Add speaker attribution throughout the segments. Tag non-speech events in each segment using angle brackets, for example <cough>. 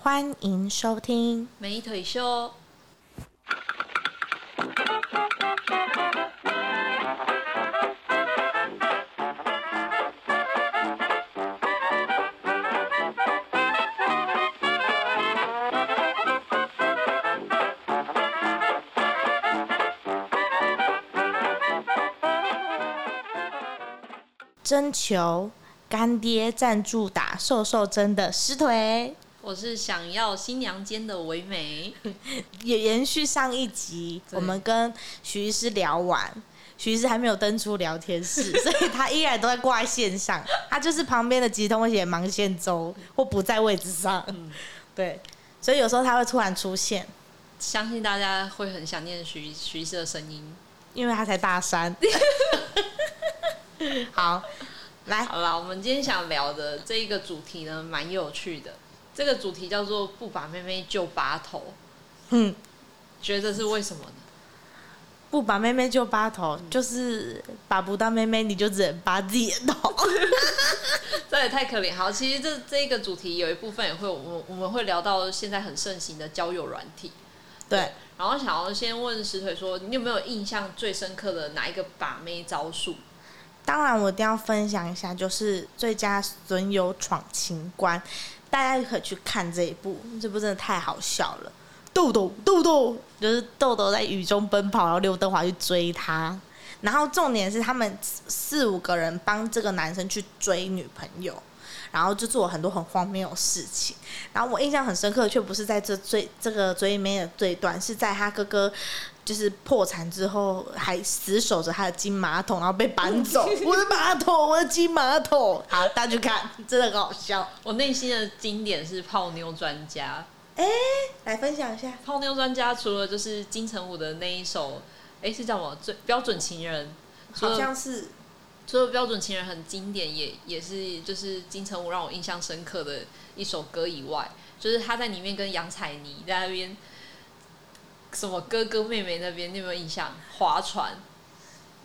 Speaker 1: 欢迎收听。
Speaker 2: 美腿秀，
Speaker 1: 征求干爹赞助打瘦瘦针的石腿，
Speaker 2: 我是想要新娘间的唯美，
Speaker 1: 也延续上一集，
Speaker 2: 对
Speaker 1: 我们跟徐医师聊完，徐医师还没有登出聊天室，所以他依然都在挂线上，他就是旁边的急通写忙线中或不在位置上，对，所以有时候他会突然出现，
Speaker 2: 相信大家会很想念徐徐医师的声音。
Speaker 1: 因为他才大三。好，来，
Speaker 2: 好啦，我们今天想聊的这一个主题呢，蛮有趣的。这个主题叫做“不把妹妹就拔头
Speaker 1: 嗯。”，
Speaker 2: 觉得是为什么呢？
Speaker 1: 不把妹妹就拔头，就是拔不到妹妹，你就只能拔自己的头。 <laughs>
Speaker 2: 这也太可怜。好，其实这这个主题有一部分也会，我们我们会聊到现在很盛行的交友软体。
Speaker 1: 对，
Speaker 2: 然后想要先问石腿说，你有没有印象最深刻的哪一个把妹招数？
Speaker 1: 当然我一定要分享一下，就是最佳损友闯情关，大家可以去看这一部，这部真的太好笑了。豆豆豆豆就是豆豆在雨中奔跑，然后刘德华去追他，然后重点是他们四四五个人帮这个男生去追女朋友。然后就做很多很荒谬的事情。然后我印象很深刻，却不是在这最这个追妹的这一段，是在他哥哥就是破产之后，还死守着他的金马桶，然后被搬走。 <laughs> 我的马桶，我的金马桶。好，大家去看，真的很好笑。
Speaker 2: 我内心的经典是泡妞专家。
Speaker 1: 来分享一下，
Speaker 2: 泡妞专家除了就是金城武的那一首，哎、是叫什么？最标准情人，除
Speaker 1: 好
Speaker 2: 了
Speaker 1: 像是
Speaker 2: 除了标准情人很经典，也也是就是金城武让我印象深刻的一首歌以外，就是他在里面跟杨采妮在那边什么哥哥妹妹那边，你有没有印象？划船，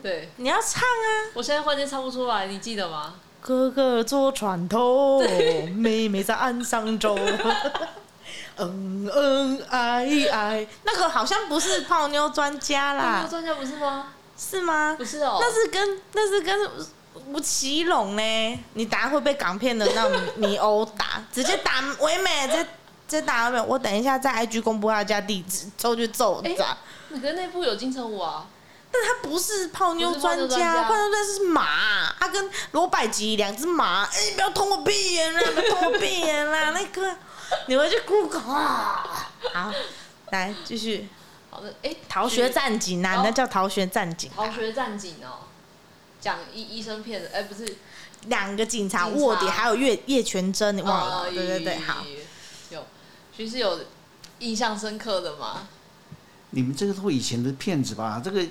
Speaker 2: 对
Speaker 1: 你要唱啊。
Speaker 2: 我现在忽然间唱不出来，你记得吗？
Speaker 1: 哥哥坐船头，妹妹在岸上 <laughs> 走。嗯嗯，哎哎，那个好像不是泡妞专家
Speaker 2: 泡
Speaker 1: 啦
Speaker 2: 妞，专家不是吗？
Speaker 1: 是吗
Speaker 2: 不？是哦，
Speaker 1: 啊那是跟那是跟吴奇隆呢？你等下会被港片的那
Speaker 2: <laughs>
Speaker 1: 种迷殴打，直接打唯美，直接直接打唯美。我等一下在 IG 公布他家地址，之后就揍
Speaker 2: 哎
Speaker 1: 他。
Speaker 2: 可是那部有金城武啊，
Speaker 1: 但他不是泡妞专
Speaker 2: 不是泡妞专家
Speaker 1: 家，泡妞专家是马，他跟罗百吉两只马。哎、你不要捅我屁眼啦！啊不要捅我屁眼啦！ <laughs> 那个，你回去 Google 啊。好，来继续。
Speaker 2: 好的，哎、
Speaker 1: 逃学战警啊，
Speaker 2: 好
Speaker 1: 你那叫逃学战警、
Speaker 2: 逃
Speaker 1: 啊。
Speaker 2: 学战警哦，讲医医生骗人，哎、不是，
Speaker 1: 两个警察哦
Speaker 2: 警察
Speaker 1: 卧底，还有叶叶全真，你忘了？
Speaker 2: 呃
Speaker 1: 对对对，好。，
Speaker 2: 有，其实有印象深刻的嘛，
Speaker 3: 你们这个都以前的片子吧？这个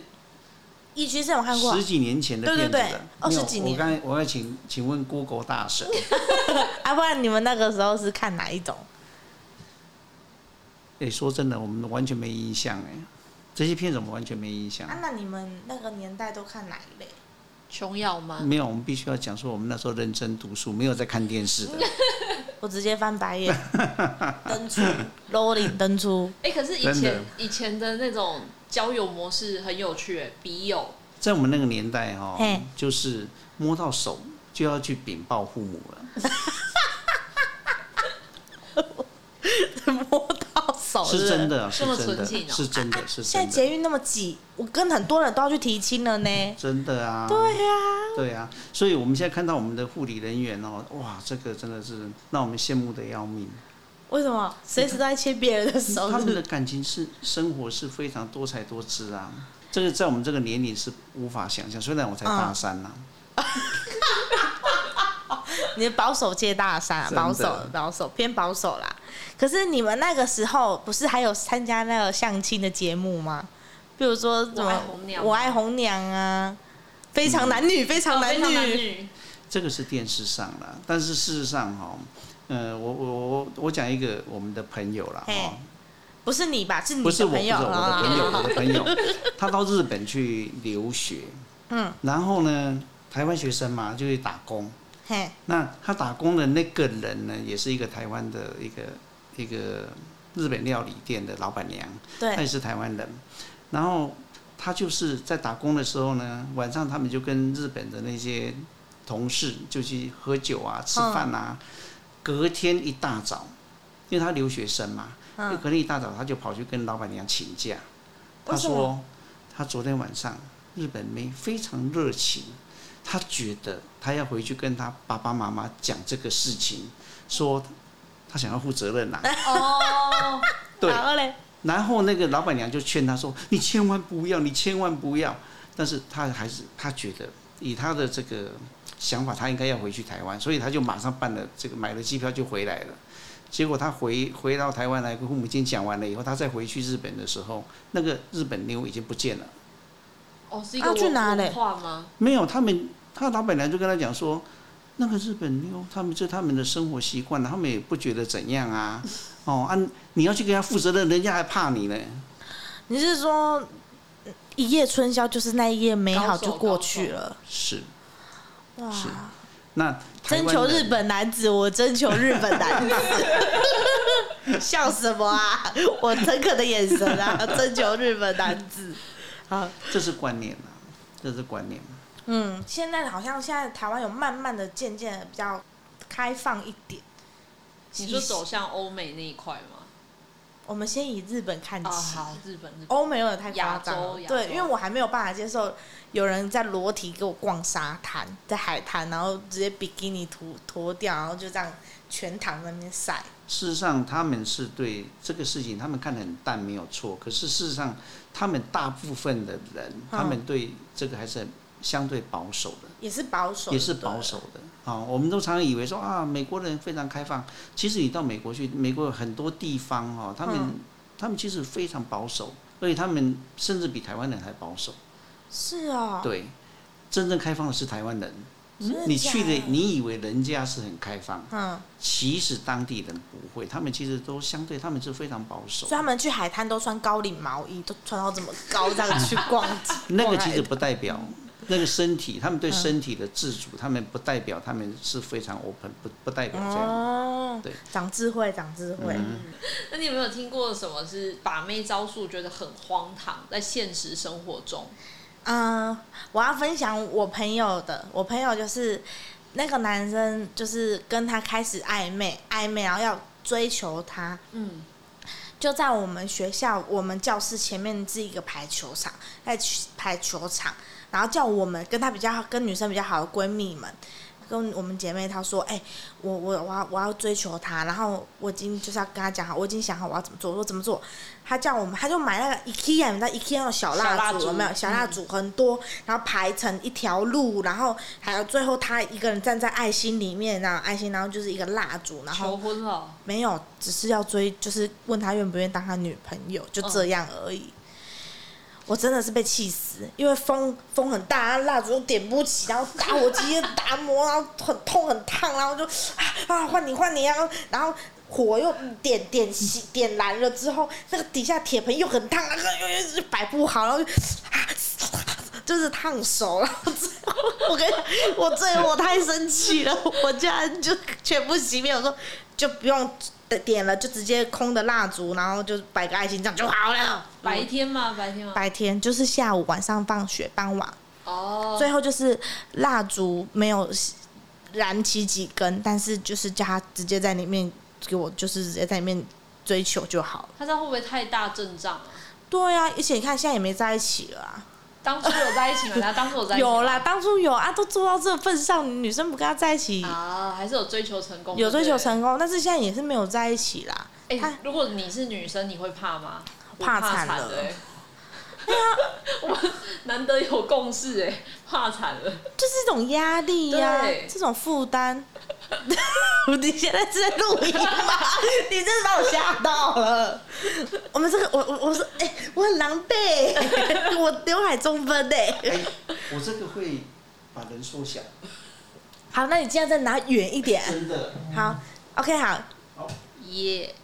Speaker 1: 易居生我看过
Speaker 3: 十，几年前的片子
Speaker 1: 对对对
Speaker 3: 了。
Speaker 1: 二十
Speaker 3: 没有
Speaker 1: 几年
Speaker 3: 我刚才我要请请问 Google
Speaker 1: <laughs>
Speaker 3: 大神，
Speaker 1: 啊，不然你们那个时候是看哪一种？
Speaker 3: 哎，说真的，我们完全没印象哎，这些片子我们完全没印象
Speaker 1: 啊。，那你们那个年代都看哪一类？
Speaker 2: 琼瑶吗？
Speaker 3: 没有，我们必须要讲说我们那时候认真读书，没有在看电
Speaker 1: <laughs>
Speaker 3: 视的。
Speaker 1: 我直接翻白
Speaker 3: <laughs>
Speaker 1: 眼，登出 rolling 登出，
Speaker 2: 哎、可是以
Speaker 3: 真的
Speaker 2: 前以前的那种交友模式很有趣、哎，笔友，
Speaker 3: 在我们那个年代哈、
Speaker 1: 嘿
Speaker 3: 就是摸到手就要去禀报父母了。
Speaker 1: 摸到手
Speaker 3: 是真。的，是
Speaker 2: 这么
Speaker 3: 真的，
Speaker 2: 纯情哦
Speaker 3: 是真
Speaker 1: 啊
Speaker 3: 的，是
Speaker 1: 现在
Speaker 3: 真的，
Speaker 1: 捷运那么挤，我跟很多人都要去提亲了呢。
Speaker 3: 真的啊，
Speaker 1: 对呀、
Speaker 3: 对啊，所以我们现在看到我们的护理人员哦，哇，这个真的是让我们羡慕的要命。
Speaker 1: 为什么随时都在牵别人的手？
Speaker 3: 他
Speaker 1: 是不
Speaker 3: 们
Speaker 1: 是
Speaker 3: 的感情是生活是非常多才多姿啊，这个在我们这个年龄是无法想象。虽然我才大三呐、啊
Speaker 1: 嗯你的保守界大三、啊，
Speaker 3: 真的
Speaker 1: 保守保守偏保守啦。可是你们那个时候不是还有参加那个相亲的节目吗？比如说什么
Speaker 2: 我爱红娘嗯
Speaker 1: 我爱红娘啊，非常男女，非常男
Speaker 2: 哦非常男
Speaker 1: 女，
Speaker 2: 女，
Speaker 3: 这个是电视上啦，但是事实上哈、呃，我我我我讲一个我们的朋友啦，
Speaker 1: 嘿
Speaker 3: 哦，
Speaker 1: 不是你吧？是你
Speaker 3: 不是
Speaker 1: 的
Speaker 3: 我，不
Speaker 1: 朋
Speaker 3: 是
Speaker 1: 友
Speaker 3: 我的
Speaker 1: 啊
Speaker 3: 朋友，我的
Speaker 1: <laughs>
Speaker 3: 朋友，他到日本去留学，
Speaker 1: 嗯，
Speaker 3: 然后呢，台湾学生嘛就去打工，
Speaker 1: 嘿，
Speaker 3: 哦那他打工的那个人呢，也是一个台湾的一个一个日本料理店的老板娘，她
Speaker 1: 对
Speaker 3: 也是台湾人，然后她就是在打工的时候呢，晚上他们就跟日本的那些同事就去喝酒啊、吃饭啊，
Speaker 1: 嗯
Speaker 3: 隔天一大早，因为她留学生嘛，就隔天一大早她就跑去跟老板娘请假，她
Speaker 1: 嗯为什么
Speaker 3: 说她昨天晚上日本妹非常热情。她觉得她要回去跟她爸爸妈妈讲这个事情，说她想要负责任呐、啊
Speaker 1: 哎 <laughs>
Speaker 2: 哦，
Speaker 3: 对，
Speaker 1: 然后嘞，
Speaker 3: 然后那个老板娘就劝他说：“你千万不要，你千万不要。”但是他还是他觉得，以他的这个想法，他应该要回去台湾，所以他就马上办了这个买了机票就回来了。结果他回回到台湾来跟父母亲讲完了以后，他再回去日本的时候，那个日本妞已经不见了。
Speaker 2: 哦，是一
Speaker 1: 啊
Speaker 2: 个
Speaker 1: 去哪嘞
Speaker 2: 文化吗？
Speaker 3: 没有，他们他老板娘就跟他讲说，那个日本妞，他们这他们的生活习惯，他们也不觉得怎样啊。哦，啊，你要去跟他负责任，人家还怕你呢。
Speaker 1: 你是说嗯一夜春宵就是那一夜美好
Speaker 2: 高手
Speaker 1: 就过去了？
Speaker 3: 是，
Speaker 1: 哇！
Speaker 3: 是那台
Speaker 1: 征
Speaker 3: 湾
Speaker 1: 求
Speaker 3: 人
Speaker 1: 日本男子，我征求日本男 <laughs> 子，笑什么啊？我诚恳的眼神啊，征求日本男子。好，
Speaker 3: 这是观念啊，这是观念。啊
Speaker 1: 嗯，现在好像现在台湾有慢慢的、渐渐的比较开放一点。
Speaker 2: 你说走向欧美那一块吗？
Speaker 1: 我们先以日本看
Speaker 2: 啊，
Speaker 1: 起，
Speaker 2: 好，日本，日本
Speaker 1: 欧、美有点太夸张
Speaker 2: 亚
Speaker 1: 了
Speaker 2: 洲。亚洲
Speaker 1: 对，因为我还没有办法接受有人在裸体给我逛沙滩，在海滩，然后直接比基尼脱脱掉，然后就这样全躺在那边晒。
Speaker 3: 事实上，他们是对这个事情，他们看得很淡，没有错。可是事实上，他们大部分的人，他
Speaker 1: 嗯
Speaker 3: 们对这个还是很相对保守的，
Speaker 1: 也是保守，
Speaker 3: 也是保。守的。啊、我们都常常以为说啊，美国人非常开放，其实你到美国去，美国有很多地方哦，他们、
Speaker 1: 嗯
Speaker 3: 他们其实非常保守，而且他们甚至比台湾人还保守。
Speaker 1: 是哦，
Speaker 3: 对，真正开放的是台湾人。
Speaker 1: 真的
Speaker 3: 你
Speaker 1: 假
Speaker 3: 去的
Speaker 1: 的，，
Speaker 3: 你以为人家是很开放，
Speaker 1: 嗯，
Speaker 3: 其实当地人不会，他们其实都相对，他们是非常保守
Speaker 1: 所以。他们去海滩都穿高领毛衣，都穿到这么
Speaker 3: <laughs>
Speaker 1: 高，这样去逛
Speaker 3: 那个其实不代表
Speaker 1: 嗯
Speaker 3: 那个身体，他们对身体的自主，他们不代表他们是非常 open，不不代表这样。
Speaker 1: 哦，
Speaker 3: 对，
Speaker 1: 长智慧，长智慧，
Speaker 3: 嗯
Speaker 2: 那你有没有听过什么是把妹招数，觉得很荒唐，在现实生活中？
Speaker 1: 嗯，我要分享我朋友的，我朋友就是那个男生，就是跟他开始暧昧，暧昧，然后要追求她。
Speaker 2: 嗯，
Speaker 1: 就在我们学校，我们教室前面是一个排球场，在排球场，然后叫我们跟她比较好，跟女生比较好的闺蜜们，跟我们姐妹她说：“哎、我我我要我要追求她，然后我已经就是要跟她讲好，我已经想好我要怎么做，我说怎么做。”她叫我们，她就买那个 IKEA，你知道 IKEA 那种小
Speaker 2: 小
Speaker 1: 蜡
Speaker 2: 蜡
Speaker 1: 烛
Speaker 2: 烛
Speaker 1: 有没有？小蜡烛很多，然后排成一条路，然后还有最后她一个人站在爱心里面，然后爱心，然后就是一个蜡烛，然后
Speaker 2: 求婚了，
Speaker 1: 没有，只是要追，就是问他愿不愿意当他女朋友，就这样而已。我真的是被气死，因为风风很大，蜡烛又点不起，然后打火机又打磨，然后很痛很烫，然后就啊啊换你换你，然后然后火又点点熄点燃了之后，那个底下铁盆又很烫，那个又又又摆不啊好，然后就啊就是烫手，然后最后我跟你讲我最后我太生气了，我竟然就全部熄灭，我说就不用点了，就直接空的蜡烛，然后就摆个爱心这样就好了。
Speaker 2: 白天吗？白天吗？
Speaker 1: 白天就是下午、晚上放学、傍晚，
Speaker 2: 哦，
Speaker 1: 最后就是蜡烛没有燃起几根，但是就是叫他直接在里面给我，就是直接在里面追求就好了。
Speaker 2: 他这样会不会太大阵仗啊？对
Speaker 1: 对啊，而且你看现在也没在一起了啊。
Speaker 2: 当初有在一起吗？他当初有在一起吗
Speaker 1: 有啦，当初有啊，都做到这份上，女生不跟他在一起，
Speaker 2: 啊，还是有追求成功，
Speaker 1: 有追求
Speaker 2: 功。
Speaker 1: 成功，但是现在也是没有在一起啦。
Speaker 2: 哎、
Speaker 1: 他
Speaker 2: 如果你是女生，你会怕吗？我
Speaker 1: 怕
Speaker 2: 怕
Speaker 1: 惨
Speaker 2: 惨
Speaker 1: 了啊
Speaker 2: 的、欸。 <laughs> 我们难得有共识哎、怕惨了。
Speaker 1: 就是一种压力呀、
Speaker 2: 对
Speaker 1: 这种负担。 <laughs> 你现在是在录音吗？你真的把我吓到了。我们这个，我我我说，哎、我很狼狈，我刘海中分哎、
Speaker 3: 哎，我这个会把人
Speaker 1: <laughs>
Speaker 3: 缩小，
Speaker 1: 好，那你现在再拿远一点。
Speaker 3: 真的。
Speaker 1: 好，OK，好，
Speaker 2: 耶、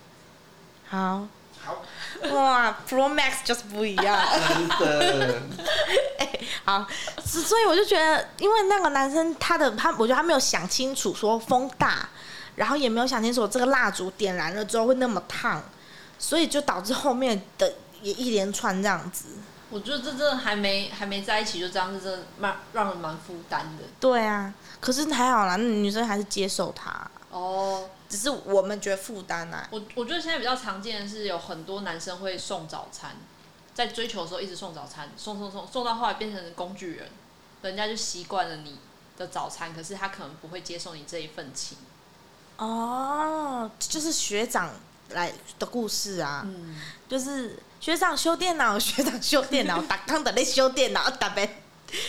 Speaker 1: 好，
Speaker 3: 好，
Speaker 1: 哇，Pro Max 就是不一样。
Speaker 3: 真的。
Speaker 1: 好，所所以我就觉得，因为那个男生他的他，我觉得他没有想清楚说风大。然后也没有想清楚这个蜡烛点燃了之后会那么烫，所以就导致后面的也一连串这样子。
Speaker 2: 我觉得这真的还没还没在一起就这样，是真的蛮让人蛮负担的。
Speaker 1: 对啊，可是还好啦，那女生还是接受他，
Speaker 2: 哦，
Speaker 1: 只是我们觉得负担啊。
Speaker 2: 我我觉得现在比较常见的是有很多男生会送早餐，在追求的时候一直送早餐，送送送送到后来变成工具人，人家就习惯了你的早餐，可是他可能不会接受你这一份情。
Speaker 1: 哦，这就是学长来的故事啊，
Speaker 2: 嗯，
Speaker 1: 就是学长修电脑，学长修电脑，打刚打在修电脑，打呗。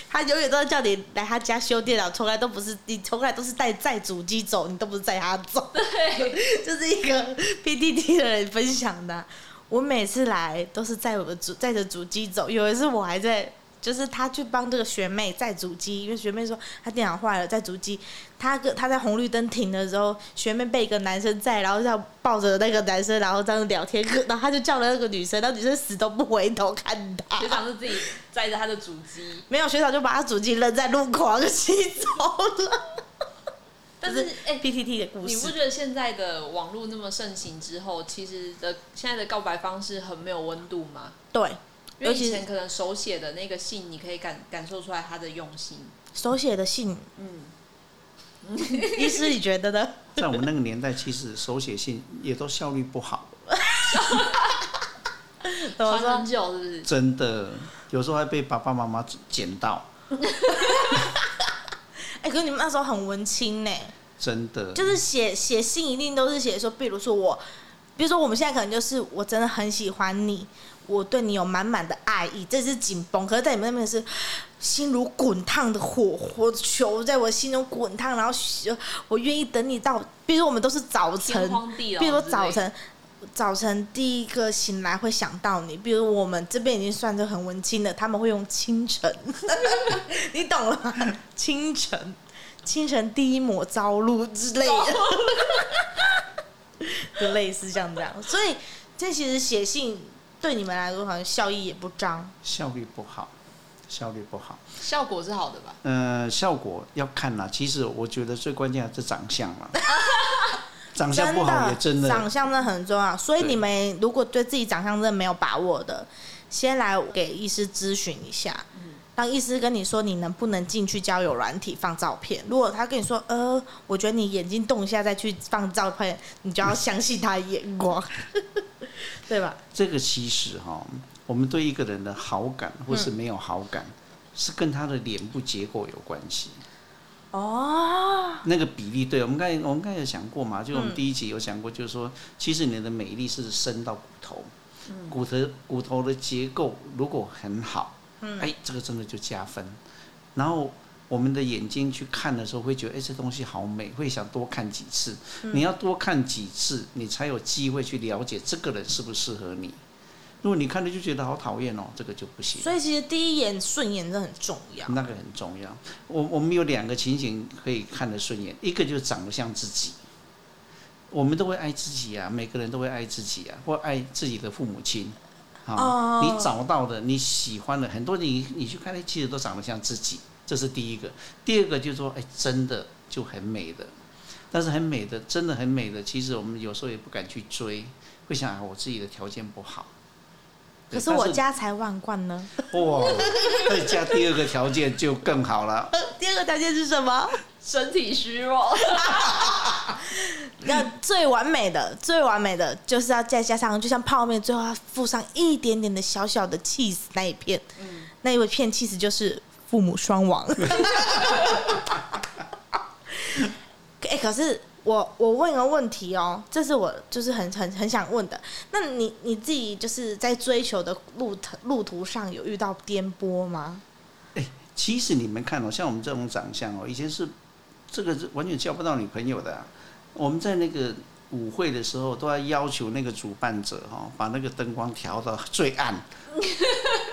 Speaker 1: 他永远都要叫你来他家修电脑，从来都不是你，从来都是带载主机走，你都不是载他走。
Speaker 2: 对，
Speaker 1: <laughs> 就是一个 PDD 的人分享的啊。我每次来都是载我的主载着主机走，有一次我还在，就是他去帮这个学妹载主机，因为学妹说她电脑坏了，载主机。他跟他在红绿灯停的时候，学妹被一个男生载，然后这样抱着那个男生，然后这样聊天，可然后他就叫了那个女生，那女生死都不回头看他。
Speaker 2: 学长是自己载着他的主机，
Speaker 1: 没有学长就把他主机扔在路狂骑走 <laughs> 了。
Speaker 2: 但是哎、
Speaker 1: PTT 的故
Speaker 2: 你不
Speaker 1: 事，
Speaker 2: 觉得现在的网络那么盛行之后，其实的现在的告白方式很没有温度吗？
Speaker 1: 对，
Speaker 2: 因为
Speaker 1: 尤其
Speaker 2: 以
Speaker 1: 是
Speaker 2: 前可能手写的那个信，你可以感感受出来他的用心。
Speaker 1: 手写的 <laughs> 信，
Speaker 2: 嗯，
Speaker 1: 医师你觉得呢？
Speaker 3: 在我们那个年代，其实手写信也都效率不好，
Speaker 1: 怎么
Speaker 2: 传
Speaker 1: 说
Speaker 2: 很？久是不是？
Speaker 3: 真的，有时候还被爸爸妈妈捡到，
Speaker 1: 哎、可是你们那时候很文青呢，
Speaker 3: 真的。
Speaker 1: 就是写写信一定都是写说，比如说我，比如说我们现在可能就是我真的很喜欢你，我对你有满满的爱意，这是紧绷。可是，在你们那边是心如滚烫的火火球，在我心中滚烫，然后我愿意等你到，比如说我们都是早晨
Speaker 2: 天，荒地老之类的，
Speaker 1: 比如说早晨，早晨第一个醒来会想到你。比如我们这边已经算是很文青的，他们会用清晨， <laughs> 你懂了吗？清晨，清晨第一抹朝露之类的， <laughs> 就类似像这样。所以这其实写信对你们来说好像效益也不彰。
Speaker 3: 效率不好，效率不好。
Speaker 2: 效果是好的吧？
Speaker 3: 呃，效果要看啦。其实我觉得最关键还是长相 <laughs> 啦，长相不好也真的。
Speaker 1: 长相真的很重要，所以
Speaker 3: 对
Speaker 1: 你们如果对自己长相真的没有把握的，先来给医师咨询一下。当医师跟你说你能不能进去交友软体放照片，如果他跟你说呃，我觉得你眼睛动一下再去放照片，你就要相信他的眼 <laughs> 光，对吧？
Speaker 3: 这个其实哈、我们对一个人的好感或是没有好感，是跟他的脸部结构有关系。
Speaker 1: 哦，
Speaker 3: 那个比例，对我们刚才我们刚才有讲过嘛，就我们
Speaker 1: 嗯
Speaker 3: 第一集有讲过，就是说，其实你的美丽是深到骨头，
Speaker 1: 嗯
Speaker 3: 骨头骨头的结构如果很好，
Speaker 1: 嗯
Speaker 3: 哎，这个真的就加分。然后我们的眼睛去看的时候，会觉得哎，这东西好美，会想多看几次。
Speaker 1: 嗯
Speaker 3: 你要多看几次，你才有机会去了解这个人适不适合你。如果你看了就觉得好讨厌哦，这个就不行。
Speaker 1: 所以其实第一眼顺眼真的很重要。
Speaker 3: 那个很重要。我我们有两个情形可以看得顺眼，一个就是长得像自己，我们都会爱自己啊，每个人都会爱自己啊，或爱自己的父母亲。啊、
Speaker 1: 哦
Speaker 3: 你找到的你喜欢的很多你你去看，哎其实都长得像自己，这是第一个。第二个就是说，哎，真的就很美的，但是很美的，真的很美的，其实我们有时候也不敢去追，会想啊，我自己的条件不好。对
Speaker 1: 可是我家财万贯呢。
Speaker 3: 但是哇，再加第二个条件就更好了。
Speaker 1: 呃第二个条件是什么？
Speaker 2: 身体虚弱，
Speaker 1: 要最完美的，最完美的就是要再加上，就像泡面，最后要附上一点点的小小的 cheese 那一片，那一片 cheese 就是父母双亡。 <laughs> 哎、可是我我问个问题哦，这是我就是很很很想问的。那你你自己就是在追求的路途路途上有遇到颠簸吗？
Speaker 3: 其实你们看哦，像我们这种长相哦，以前是这个是完全交不到女朋友的啊、我们在那个舞会的时候，都要要求那个主办者哦，把那个灯光调到最暗，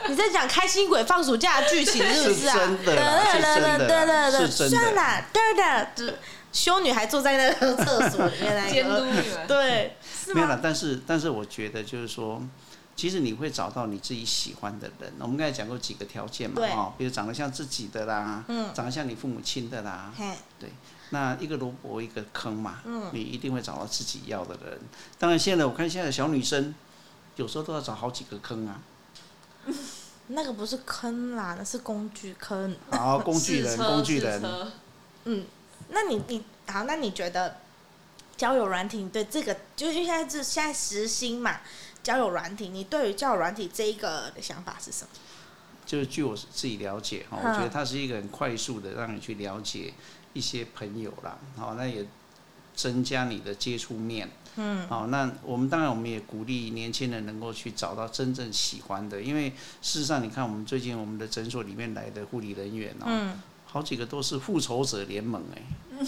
Speaker 1: 你在讲开心鬼放暑假的剧情是不是啊？呃
Speaker 3: 是真的啦是真的啦是真的
Speaker 1: 算啦，对的，就修女还坐在那个厕所里面那
Speaker 2: <laughs> 监督
Speaker 1: 个，
Speaker 2: 你们。
Speaker 1: 对，是
Speaker 3: 没有啦
Speaker 1: 吗？，
Speaker 3: 但是但是我觉得就是说，其实你会找到你自己喜欢的人。我们刚才讲过几个条件嘛，
Speaker 1: 对
Speaker 3: 哦，比如长得像自己的啦，
Speaker 1: 嗯
Speaker 3: 长得像你父母亲的啦，
Speaker 1: 嘿，
Speaker 3: 对。那一个萝卜一个坑嘛，
Speaker 2: 嗯
Speaker 3: 你一定会找到自己要的人。当然，现在我看现在的小女生，有时候都要找好几个
Speaker 2: <laughs>
Speaker 3: 坑啊，
Speaker 1: 那个不是坑啦，那是工具坑。
Speaker 3: 好工具人，
Speaker 2: 试车
Speaker 3: 工具
Speaker 2: 试
Speaker 3: 人。
Speaker 2: 车
Speaker 1: 嗯，那你你好，那你觉得交友软体你对这个，就是因为现在这现在时兴嘛，交友软体，你对于交友软体这一个想法是什么？
Speaker 3: 就是据我自己了解哈，
Speaker 1: 嗯
Speaker 3: 我觉得它是一个很快速的让你去了解一些朋友啦，好，那也增加你的接触面。嗯，好，那我们当然我们也鼓励年轻人能够去找到真正喜欢的，因为事实上你看，我们最近我们的诊所里面来的护理人员哦，
Speaker 1: 嗯，
Speaker 3: 好几个都是复仇者联盟哎、 <laughs>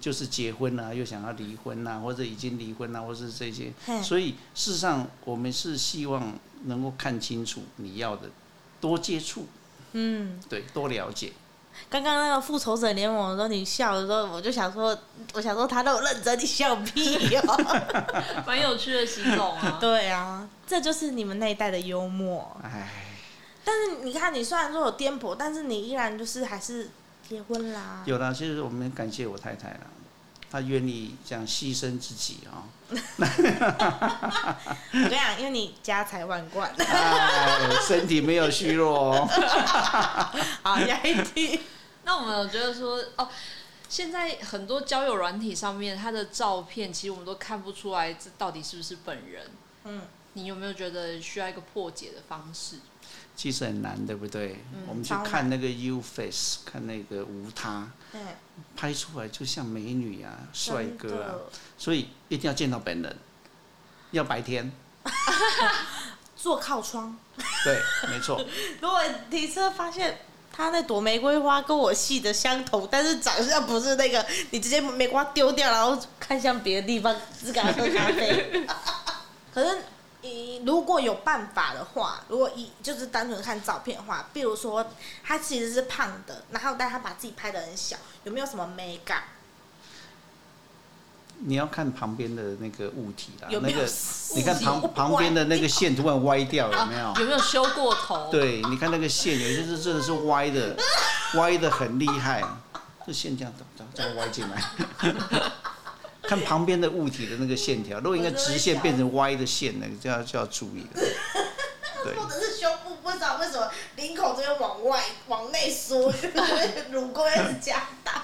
Speaker 3: 就是结婚啦、又想要离婚啦、啊或者已经离婚啦、或是这些，
Speaker 1: 嘿，
Speaker 3: 所以事实上，我们是希望能够看清楚你要的，多接触，
Speaker 1: 嗯，
Speaker 3: 对，多了解。
Speaker 1: 刚刚那个复仇者联盟的时候，你笑的时候，我就想说，我想说他都有认真，你笑屁哦哟、
Speaker 2: 蛮有趣的习总
Speaker 1: <laughs>
Speaker 2: 啊。
Speaker 3: <laughs>
Speaker 1: 对啊，这就是你们那一代的幽默。
Speaker 3: 哎，
Speaker 1: 但是嗯你看，你虽然说有颠簸，但是你依然就是还是结婚啦。
Speaker 3: 有啦，其实我们感谢我太太啦，她愿意这样牺牲自己啊、
Speaker 1: 我跟你讲，因为你家财万贯。
Speaker 3: 哎， <laughs> 身体没有虚弱哦。
Speaker 1: 好，下一 <laughs> 题。
Speaker 2: 那我们有觉得说哦，现在很多交友软体上面，他的照片其实我们都看不出来这到底是不是本人。
Speaker 1: 嗯，
Speaker 2: 你有没有觉得需要一个破解的方式？
Speaker 3: 其实很难，对不对？我们去
Speaker 1: 超难
Speaker 3: 看那个 U Face，看那个无他，
Speaker 1: 嗯，
Speaker 3: 拍出来就像美女啊、帅哥
Speaker 1: 真
Speaker 3: 啊，
Speaker 1: 的
Speaker 3: 所以一定要见到本人，要白天。
Speaker 1: 坐靠窗。
Speaker 3: 对，没错。 <laughs>
Speaker 1: 如果停车发现他那朵玫瑰花跟我系的相同，但是长相不是那个，你直接玫瑰花丢掉，然后看向别的地方，只给他喝咖啡。可是你如果有办法的话，如果一就是单纯看照片的话，比如说他其实是胖的，然后但他把自己拍的很小，有没有什么美感？
Speaker 3: 你要看旁边的那个物体啦，
Speaker 1: 有没
Speaker 3: 那
Speaker 1: 有
Speaker 3: 个
Speaker 1: 细
Speaker 3: 你看
Speaker 1: 我
Speaker 3: 旁
Speaker 1: 不管
Speaker 3: 旁边的那个线突然歪掉，有没有？
Speaker 2: 有没有修过头？，
Speaker 3: 啊对，你看那个线，有些是真的是
Speaker 1: <laughs>
Speaker 3: 歪的，歪的很厉害，这线这样这样这样歪进来。 <laughs> 看旁边的物体的那个线条，如果应该直线变成歪的线呢，就要就要注意了。
Speaker 1: <laughs>
Speaker 3: 对，
Speaker 1: 或者是胸部不知道为什么领口这边往外往内缩， <laughs> 乳沟也是加大，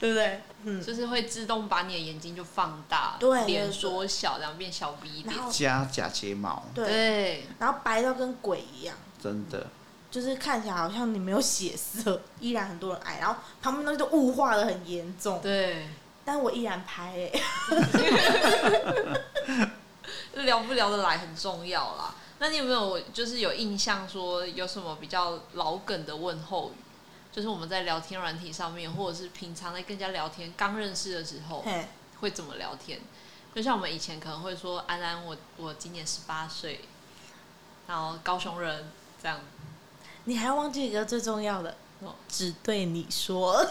Speaker 1: 对不对？嗯，
Speaker 2: 就是会自动把你的眼睛就放大，
Speaker 1: 对对
Speaker 2: 脸
Speaker 1: 对
Speaker 2: 缩小，然后变小鼻
Speaker 1: 然
Speaker 2: 脸。
Speaker 1: 后
Speaker 3: 加假睫毛，
Speaker 1: 对，
Speaker 2: 对，
Speaker 1: 然后白到跟鬼一样，
Speaker 3: 真的
Speaker 1: 就是看起来好像你没有血色，依然很多人爱，然后旁边东西都雾化的很严重，
Speaker 2: 对，
Speaker 1: 但我依然拍、欸，
Speaker 2: 聊不聊得来很重要啦。那你有没有就是有印象说有什么比较老梗的问候语？就是我们在聊天软体上面，或者是平常在跟人家聊天，刚认识的时候
Speaker 1: 嘿，
Speaker 2: 会怎么聊天？就像我们以前可能会说：“安安，我我今年十八岁，然后高雄人这样。
Speaker 1: 你还忘记一个最重要的
Speaker 2: 哦。
Speaker 1: 只对你
Speaker 2: <laughs>
Speaker 1: 说。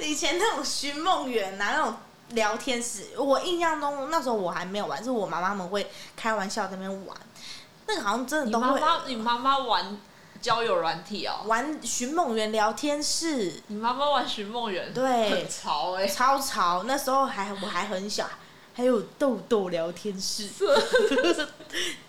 Speaker 1: 以前那种寻梦园啊，那种聊天室，我印象中那时候我还没有玩，是我妈妈们会开玩笑在那边玩，那个好像真”的
Speaker 2: 你
Speaker 1: 都
Speaker 2: 妈
Speaker 1: 会
Speaker 2: 妈，你妈妈玩交友软体哦？
Speaker 1: 玩寻梦园聊天室，
Speaker 2: 你妈妈玩寻梦人？
Speaker 1: 对
Speaker 2: 很潮哎、
Speaker 1: 超潮。那时候还我还很小，还有豆豆聊天
Speaker 2: <laughs>
Speaker 1: 室，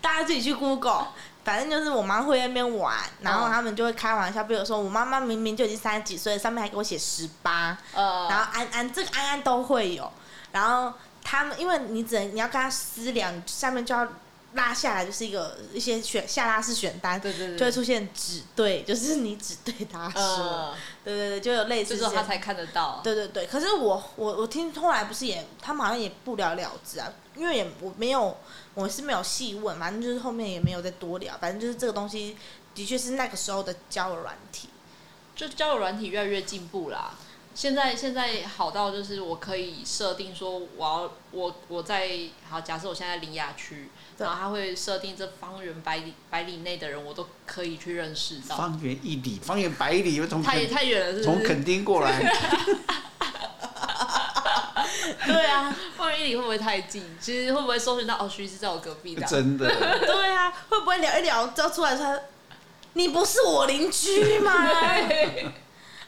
Speaker 1: 大家自己去 Google。反正就是我妈会在那边玩，然后
Speaker 2: 嗯
Speaker 1: 他们就会开玩笑，比如说我妈妈明明就已经三十几岁了，上面还给我写十八，
Speaker 2: 呃，
Speaker 1: 然后安安这个安安都会有，然后他们因为你只能你要跟他私聊，你下面就要拉下来，就是一个一些选下拉式选单，
Speaker 2: 对对对，
Speaker 1: 就会出现只对，就是你只对他说，
Speaker 2: 呃，
Speaker 1: 对对对，就有类
Speaker 2: 这
Speaker 1: 似
Speaker 2: 时候
Speaker 1: 这
Speaker 2: 他
Speaker 1: 样
Speaker 2: 才看得到。
Speaker 1: 对对对。可是我我我听后来不是也他们好像也不了了之啊，因为也我没有我是没有细问，反正就是后面也没有再多聊，反正就是这个东西的确是那个时候的交友软体， <laughs>
Speaker 2: 就交友软体越来越进步啦。现在现在好到就是我可以设定说我要我我在好假设我现在在林雅区，
Speaker 1: 对
Speaker 2: 然后他会设定这方圆百里百里内的人我都可以去认识到，
Speaker 3: 方圆一里，方圆百里，从
Speaker 2: 太
Speaker 3: 垦
Speaker 2: 太远了是
Speaker 3: <laughs> 从
Speaker 2: 不是？
Speaker 3: 垦丁过来，
Speaker 1: 对啊。
Speaker 2: 方圆一里会不会太近？其实会不会搜寻到哦，徐是在我隔壁的啊、
Speaker 3: 真的
Speaker 1: 对啊，会不会聊一聊，之后出来他，你不是我邻居吗？
Speaker 2: 对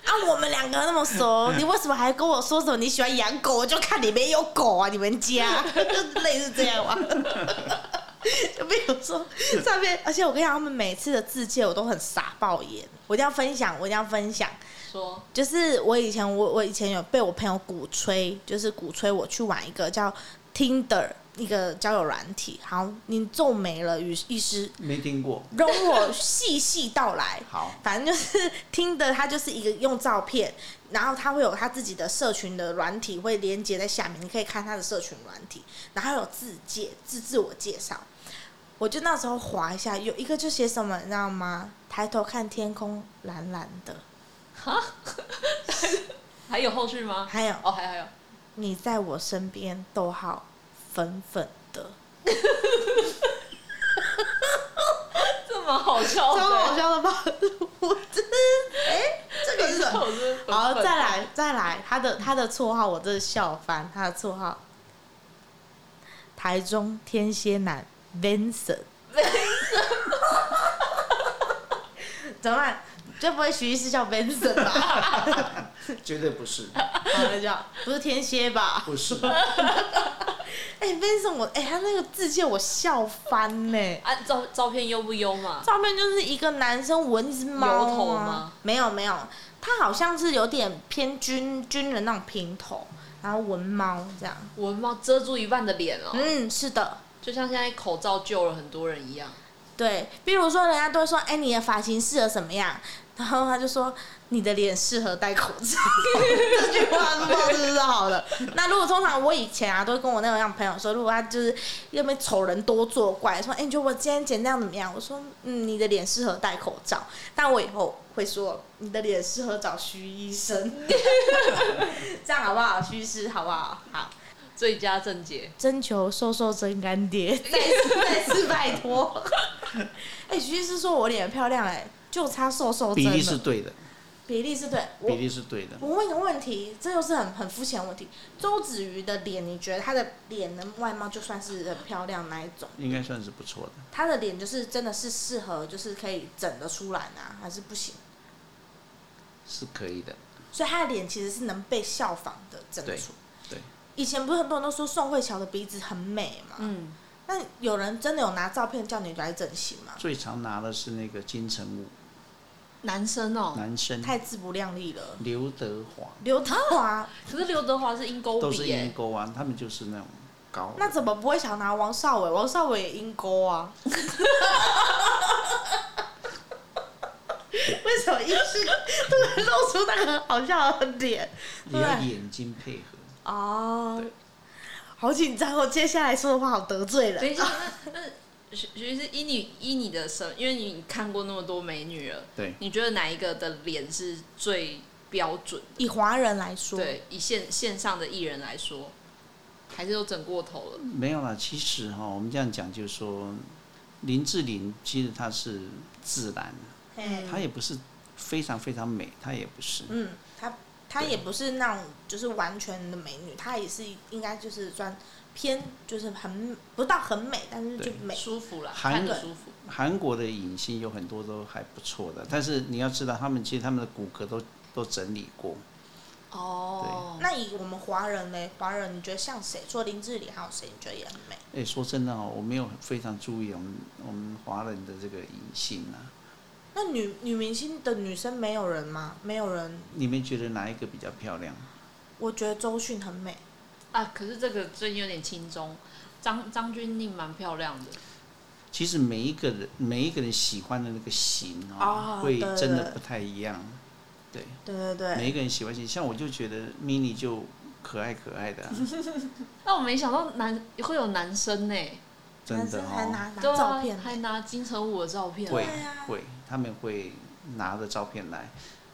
Speaker 1: 啊，我们两个那么熟，你为什么还跟我说什么你喜欢养狗？我就看里面有狗啊，你们家就类似这样啊。 <laughs> 就比如说上面，而且我跟你讲，他们每次的自介我都很傻爆眼，我一定要分享，我一定要分享。
Speaker 2: 说
Speaker 1: 就是我以前我我以前有被我朋友鼓吹，就是鼓吹我去玩一个叫 Tinder 一个交友软体。好，你皱眉了，于医师，
Speaker 3: 没听过。
Speaker 1: 容我细细道来。
Speaker 3: 好，
Speaker 1: 反正就是 Tinder，它就是一个用照片，然后它会有它自己的社群的软体会连接在下面，你可以看它的社群软体，然后有自介、自自我介绍。我就那时候划一下，有一个就写什么，你知道吗？抬头看天空，蓝蓝的。
Speaker 2: <laughs> 还有后续吗？
Speaker 1: 还有
Speaker 2: 哦，还有还有，
Speaker 1: 你在我身边，逗号，粉粉的，
Speaker 2: 这么好
Speaker 1: 超
Speaker 2: 笑的，
Speaker 1: 好笑的吧？我真的，哦哎、这个是什么？好，
Speaker 2: 好，
Speaker 1: 再来，再来，他的他的绰号我真的笑翻，他的绰号，台中天蝎男 Vincent。怎么办？这不会徐医师叫 Vincent <laughs> 吧？
Speaker 3: 绝对不是，
Speaker 1: 好的叫，不是天蝎吧？
Speaker 3: 不是。
Speaker 1: 哎、v i n c e n t 我哎、他那个字界我笑翻呢、
Speaker 2: 啊，照照片优不优嘛？
Speaker 1: 照片就是一个男生闻一只猫、啊、
Speaker 2: 油头吗
Speaker 1: 没有没有，他好像是有点偏军军人那种平头，然后闻猫这样。
Speaker 2: 文帽遮住一半的脸哦，
Speaker 1: 嗯，是的，
Speaker 2: 就像现在口罩救了很多人一样。
Speaker 1: 对。比如说，人家都会说：“哎、你的发型适合什么样？”然后他就说：“你的脸适合戴口罩。”这句话是不知道是不是好了？那如果通常我以前啊，都会跟我那样朋友说，如果他就是要么丑人多作怪，说：“哎、你觉得我今天剪这样怎么样？”我说：“嗯，你的脸适合戴口罩。”但我以后会说：“你的脸适合找徐医生。” <laughs> 这样好不好？徐医师好不好？好。
Speaker 2: 最佳正解，
Speaker 1: 征求瘦瘦真干爹， <laughs> 再次再次拜托。 <laughs> 哎、徐医师说我脸漂亮、哎，就差瘦瘦真
Speaker 3: 比
Speaker 1: 了。
Speaker 3: 例是对的，
Speaker 1: 比例是对，我
Speaker 3: 比例是对的。
Speaker 1: 我问一个问题，这又是很很肤浅的问题。周子瑜的脸，你觉得她的脸的外貌就算是很漂亮那一种？
Speaker 3: 应该算是不错的，
Speaker 1: 她的脸就是真的是适合，就是可以整得出来呢、还是不行？
Speaker 3: 是可以的。
Speaker 1: 所以她的脸其实是能被效仿的整
Speaker 3: 对
Speaker 1: 出。
Speaker 3: 对，
Speaker 1: 以前不是很多人都说宋慧乔的鼻子很美嘛？
Speaker 2: 嗯，
Speaker 1: 那有人真的有拿照片叫你来整形吗？
Speaker 3: 最常拿的是那个金城武，
Speaker 2: 男生哦，
Speaker 3: 男生
Speaker 1: 太自不量力了。
Speaker 3: 刘德华
Speaker 1: 刘德华，
Speaker 2: 可是刘德华是鹰钩
Speaker 3: 都
Speaker 2: 鼻
Speaker 3: 是阴
Speaker 2: 耶，
Speaker 3: 沟啊，他们就是那种高。
Speaker 1: 那怎么不会想拿王少伟？王少伟也阴沟啊。 <laughs> 为什么医师突然露出那个好笑的脸？
Speaker 3: 也要眼睛配合。
Speaker 1: 哦
Speaker 3: 对，
Speaker 1: 好紧张哦！接下来说的话好得罪人
Speaker 2: 等一下，那那徐徐是依你依你的审，因为你看过那么多美女了，
Speaker 3: 对，
Speaker 2: 你觉得哪一个的脸是最标准？
Speaker 1: 以华人来说，
Speaker 2: 对，以线线上的艺人来说，还是都整过头了。
Speaker 3: 没有啦。其实哈、我们这样讲就是说，林志玲其实她是自然，
Speaker 1: 嘿
Speaker 3: 她也不是非常非常美，她也不是。
Speaker 1: 嗯，她她也不是那种就是完全的美女，她也是应该就是算偏就是很不到很美，但是就
Speaker 3: 对
Speaker 1: 美。
Speaker 2: 舒服啦，
Speaker 3: 韩
Speaker 2: 看着舒服。
Speaker 3: 韩国的影星有很多都还不错的，但是你要知道，他们其实他们的骨骼都都整理过。
Speaker 2: 哦，
Speaker 1: 那以我们华人呢？华人你觉得像谁？除了林志玲，还有谁你觉得也很美？
Speaker 3: 哎、说真的哦，我没有非常注意我们我们华人的这个影星啊。
Speaker 1: 那女女明星的女生没有人吗？没有人，
Speaker 3: 你们觉得哪一个比较漂亮？
Speaker 1: 我觉得周迅很美，
Speaker 2: 啊，可是这个最近有点轻中，张张钧甯蛮漂亮的，
Speaker 3: 其实每一个人每一个人喜欢的那个型
Speaker 1: 哦
Speaker 3: 啊、会
Speaker 1: 对
Speaker 3: 真
Speaker 1: 对
Speaker 3: 的不太一样。对，
Speaker 1: 对对对，
Speaker 3: 每一个人喜欢型，像我就觉得 mini 就可爱可爱
Speaker 1: <laughs>
Speaker 3: 的啊、
Speaker 2: 但我没想到男会有男生欸呢、
Speaker 1: 男
Speaker 3: 真的
Speaker 1: 生还
Speaker 3: 哦，
Speaker 1: 拿拿
Speaker 2: 对啊
Speaker 1: 照片呢，
Speaker 2: 还拿金城武的照片，
Speaker 3: 会
Speaker 1: 对啊
Speaker 3: 会，他们会拿着照片来。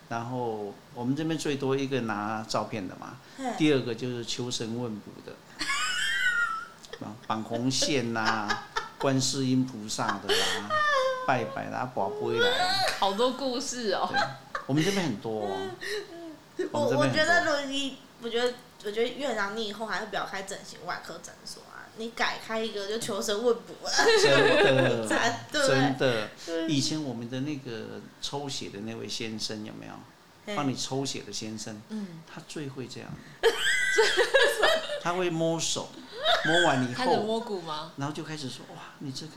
Speaker 3: 然后我们这边最多一个拿照片的嘛，
Speaker 1: 嘿
Speaker 3: 第二个就是求神问卜的， <laughs> 绑绑红线呐、观世音菩萨的啦、拜拜啦、宝贝啦，
Speaker 2: 好多故事哦、
Speaker 3: 对，我们这边很多、哦。
Speaker 1: 我
Speaker 3: 我们
Speaker 1: 我
Speaker 3: 这边
Speaker 1: 觉得
Speaker 3: 很
Speaker 1: 如果你，我觉得我觉得院长，你以后还是不要开整形外科诊所啊，你改开一个就求神问卜啊，
Speaker 3: <laughs> 真的，嗯
Speaker 1: 咱对不对
Speaker 3: 真的。
Speaker 1: 对
Speaker 3: 以前我们的那个抽血的那位先生有没有？帮你抽血的先生，
Speaker 2: 嗯，
Speaker 3: 他最
Speaker 1: <laughs>
Speaker 3: 会这样，他会摸手，摸完以
Speaker 2: 开始
Speaker 3: 后，
Speaker 2: 摸骨吗？
Speaker 3: 然后就开始说哇，你这个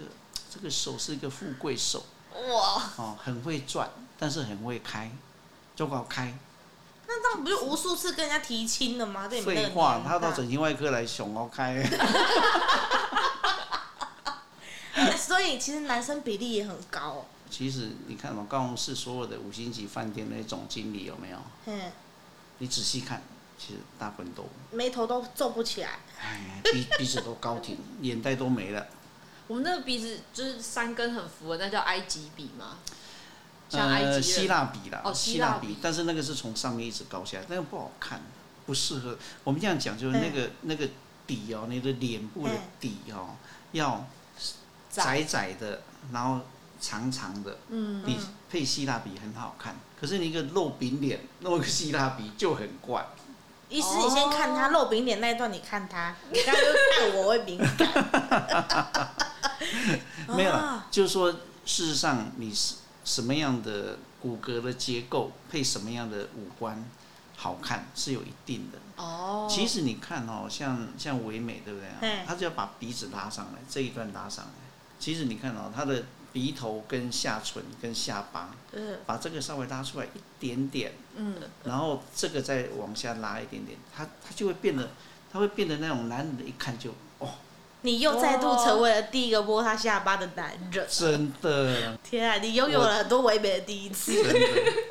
Speaker 3: 这个手是一个富贵手
Speaker 2: 哇，
Speaker 3: 哦，很会赚，但是很会开，就搞开。
Speaker 1: 那这样不就无数次跟人家提亲了吗？对你们那
Speaker 3: 废
Speaker 1: 个
Speaker 3: 话，
Speaker 1: 年代
Speaker 3: 他到整形外科来熊哦开， <laughs>
Speaker 1: 所以其实男生比例也很高、哦。
Speaker 3: 其实你看嘛，高雄市所有的五星级饭店那总经理有没有？
Speaker 1: 嗯，
Speaker 3: 你仔细看，其实大部分都，
Speaker 1: 眉头都皱不起来。
Speaker 3: 哎，鼻鼻子都高挺，眼袋都没了。
Speaker 2: 我们那个鼻子就是三根很浮的，那叫埃及鼻吗？像埃及
Speaker 3: 呃，
Speaker 2: 人
Speaker 3: 希腊比啦，
Speaker 2: 哦
Speaker 3: 希
Speaker 2: 希腊
Speaker 3: 比
Speaker 2: 比，
Speaker 3: 但是那个是从上面一直高下来，那个不好看，不适合。我们这样讲就是那个、那个底哦，你的脸部的
Speaker 1: 嗯
Speaker 3: 底哦，要窄窄的，然后长长的，
Speaker 2: 嗯，
Speaker 3: 你配希腊比很好看。可是你一个肉饼脸弄一个希腊比就很怪，
Speaker 2: 啊
Speaker 1: 意思你先看他露饼脸那一段，你看他，你刚刚就看我会敏 <laughs> 感。
Speaker 3: 没有啦
Speaker 1: 啊，
Speaker 3: 就是说事实上你是什么样的骨骼的结构配什么样的五官好看是有一定的。
Speaker 2: 哦，
Speaker 3: 其实你看哦，像像唯美对不对啊
Speaker 1: 嗯？
Speaker 3: 他就要把鼻子拉上来，这一段拉上来。其实你看哦，他的鼻头跟下唇跟下巴，
Speaker 1: 嗯
Speaker 3: 把这个稍微拉出来一点点，
Speaker 2: 嗯，
Speaker 3: 然后这个再往下拉一点点，他他就会变得，他会变得那种男人的一看就哦，
Speaker 1: 你又再度成为了第一个摸他下巴的男人。
Speaker 3: 真
Speaker 2: <laughs>
Speaker 3: 的
Speaker 1: 天啊，你拥有了很多唯美的第一次，
Speaker 3: 真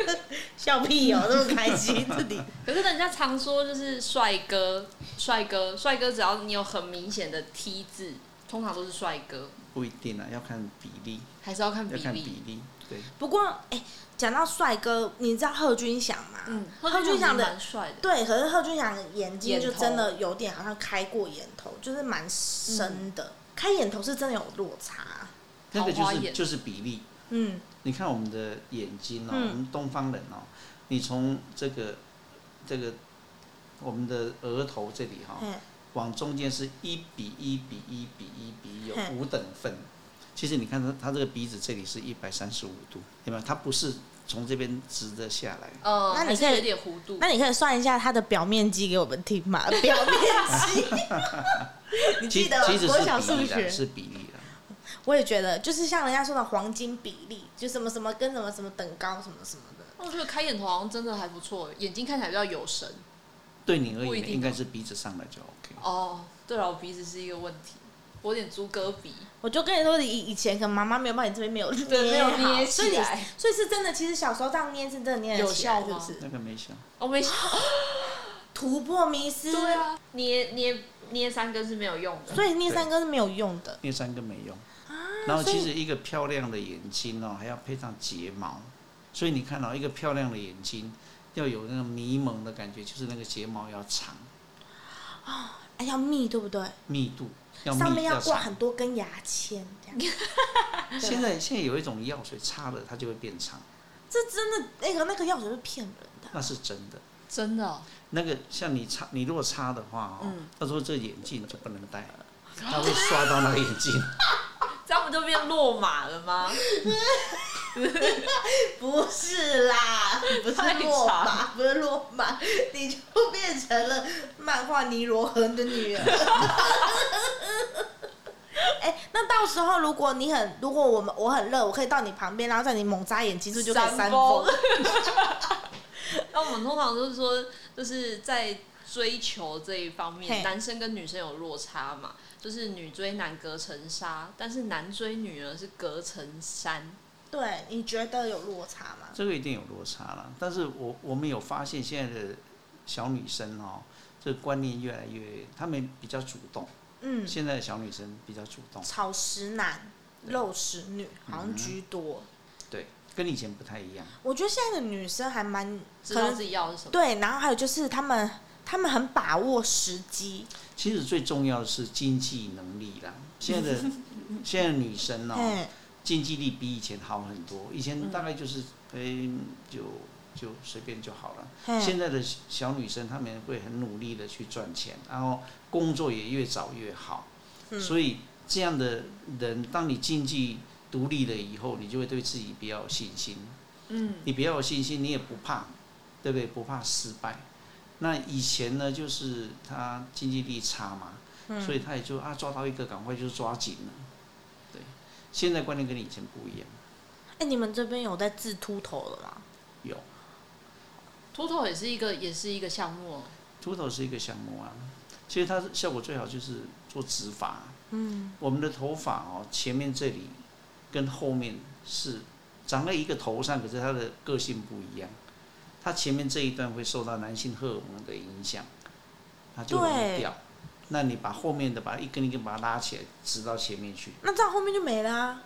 Speaker 3: 的，
Speaker 1: 笑屁哦，那么开心，这里
Speaker 2: 可是人家常说就是帅哥，帅哥，帅哥，只要你有很明显的 T 字，通常都是帅哥，
Speaker 3: 不一定啊，要看比例，
Speaker 2: 还是要看比
Speaker 3: 要看
Speaker 2: 例。
Speaker 3: 比例，对。
Speaker 2: 嗯
Speaker 1: 不过，哎、讲到帅哥，你知道贺军翔吗？
Speaker 2: 嗯，
Speaker 1: 贺军翔的
Speaker 2: 蛮帅的，
Speaker 1: 对，可是贺军翔的眼睛
Speaker 2: 眼
Speaker 1: 就
Speaker 2: 头
Speaker 1: 真的有点好像开过眼头，就是蛮深的。开眼头是真的有落差，
Speaker 3: 那个就
Speaker 2: 桃花
Speaker 3: 是
Speaker 2: 眼
Speaker 3: 就是比例，
Speaker 1: 嗯，
Speaker 3: 你看我们的眼睛哦，
Speaker 1: 嗯
Speaker 3: 我们东方人哦，你从这个这个我们的额头这里哈、
Speaker 2: 嗯
Speaker 1: 嘿，
Speaker 3: 往中间是一比一比一比一比一有
Speaker 1: 嘿
Speaker 2: 嗯
Speaker 3: 五等份。其实你看它它这个鼻子这里是一百三十五度，对吧？它不是从这边直的下来，
Speaker 2: 呃，
Speaker 1: 那你
Speaker 2: 还是
Speaker 1: 可以
Speaker 2: 有点弧度哦
Speaker 1: 那。你可以算一下它的表面积给我们听
Speaker 3: <laughs>
Speaker 1: 嘛？表面积，你记
Speaker 3: 其其
Speaker 1: 得吗
Speaker 3: 实？
Speaker 1: 国小
Speaker 3: 是比
Speaker 1: 数
Speaker 3: 例的，
Speaker 1: 学，
Speaker 3: 是比例的。
Speaker 1: 我也觉得，就是像人家说的黄金比例，就什么什么跟什么什么等高什么什么的。
Speaker 2: 那我觉得开眼头好像真的还不错，眼睛看起来比较有神。
Speaker 3: 对你而
Speaker 2: 不一
Speaker 3: 言，
Speaker 2: 定哦
Speaker 3: 应该是鼻子上来就 OK。
Speaker 2: 哦，对了，我鼻子是一个问题，我有点猪哥鼻，
Speaker 1: 我就跟你说，你以以前可能妈妈没有帮你这边没有捏
Speaker 2: 对，没有
Speaker 1: 好
Speaker 2: 捏
Speaker 1: 所以
Speaker 2: 起
Speaker 1: 你
Speaker 2: 来。
Speaker 1: 所以是真的，其实小时候这样捏是真的捏得
Speaker 2: 有
Speaker 1: 起来，
Speaker 2: 效
Speaker 1: 是不
Speaker 2: 吗
Speaker 1: 是？
Speaker 3: 那个没想，
Speaker 2: 我
Speaker 1: 哦
Speaker 2: 没想，
Speaker 1: 突破迷思，
Speaker 2: 对啊，捏捏捏三根是没有用的。
Speaker 1: 所以捏三根是没有用的。
Speaker 3: 那三个没用。然后其
Speaker 1: 啊所
Speaker 3: 实一个漂亮的眼睛哦，还要配上睫毛，所以你看到、一个漂亮的眼睛要有那个迷蒙的感觉，就是那个睫毛要长，
Speaker 1: 哎，要密对不对？
Speaker 3: 密度要密
Speaker 1: 上面要挂
Speaker 3: 长
Speaker 1: 很。多根牙签，这
Speaker 3: <laughs>
Speaker 1: 样。对
Speaker 3: 现在现在有一种药水擦了它就会变长，
Speaker 1: 这真的那个那个药水是骗人的
Speaker 3: 那。是真的。
Speaker 2: 真的哦，
Speaker 3: 那个像你擦，你如果擦的话哦
Speaker 2: 嗯，
Speaker 3: 到时候这眼镜就不能戴了，
Speaker 1: 哦
Speaker 3: 它会刷到那个眼镜。
Speaker 2: 这样不就变落马了吗？
Speaker 1: 不是 <laughs> 啦，不是
Speaker 2: 太
Speaker 1: 落
Speaker 2: 长
Speaker 1: 马，不是落马，你就变成了漫画尼罗河的女儿。 <laughs> 哎、那到时候如果你很，如果我们我很热，我可以到你旁边，然后在你猛眨眼睛处就可以扇风
Speaker 2: 风。 <laughs> 那我们通常都是说，就是在追求这一方
Speaker 1: 嘿
Speaker 2: 面，男生跟女生有落差嘛，就是女追男隔层纱，但是男追女呢是隔层山。
Speaker 1: <laughs> 对，你觉得有落差吗？
Speaker 3: 这个一定有落差了。但是我我们有发现现在的小女生哦，这个观念越来越，她们比较主动。
Speaker 1: 嗯，
Speaker 3: 现在的小女生比较主动，
Speaker 1: 草食男、
Speaker 3: 对
Speaker 1: 肉食女
Speaker 3: 嗯
Speaker 1: 好像居多。
Speaker 3: 对，跟以前不太一样。
Speaker 1: 我觉得现在的女生还蛮
Speaker 2: 知
Speaker 1: 可
Speaker 2: 道
Speaker 1: 能
Speaker 2: 自己要的是什么。
Speaker 1: 对，然后还有就是她们，她们很把握时机。
Speaker 3: 其实最重要的是经济能力啦。
Speaker 1: <laughs>
Speaker 3: 现在的现在的女生哦，
Speaker 1: 嗯，
Speaker 3: 经济力比以前好很多。以前大概就是嗯、就就随便就好了。
Speaker 1: 嘿
Speaker 3: 现在的小女生她们会很努力的去赚钱，然后工作也越早越好。
Speaker 1: 嗯
Speaker 3: 所以这样的人，当你经济独立了以后，你就会对自己比较有信心。
Speaker 2: 嗯，
Speaker 3: 你比较有信心，你也不怕，对不对？不怕失败。那以前呢，就是他经济力差嘛，所以他也就啊抓到一个赶快就抓紧了。对，现在观念跟你以前不一样。
Speaker 1: 哎、你们这边有在治秃头的吗？
Speaker 3: 有，
Speaker 2: 秃头也是一个也是一个项目哦，
Speaker 3: 秃头是一个项目啊，其实它效果最好就是做植发。
Speaker 1: 嗯，
Speaker 3: 我们的头发哦，前面这里跟后面是长在一个头上，可是它的个性不一样。它前面这一段会受到男性荷尔蒙的影响，它就容易
Speaker 1: 对
Speaker 3: 掉。那你把后面的把它一根一根把它拉起来，直到前面去，
Speaker 1: 那这样后面就没啦、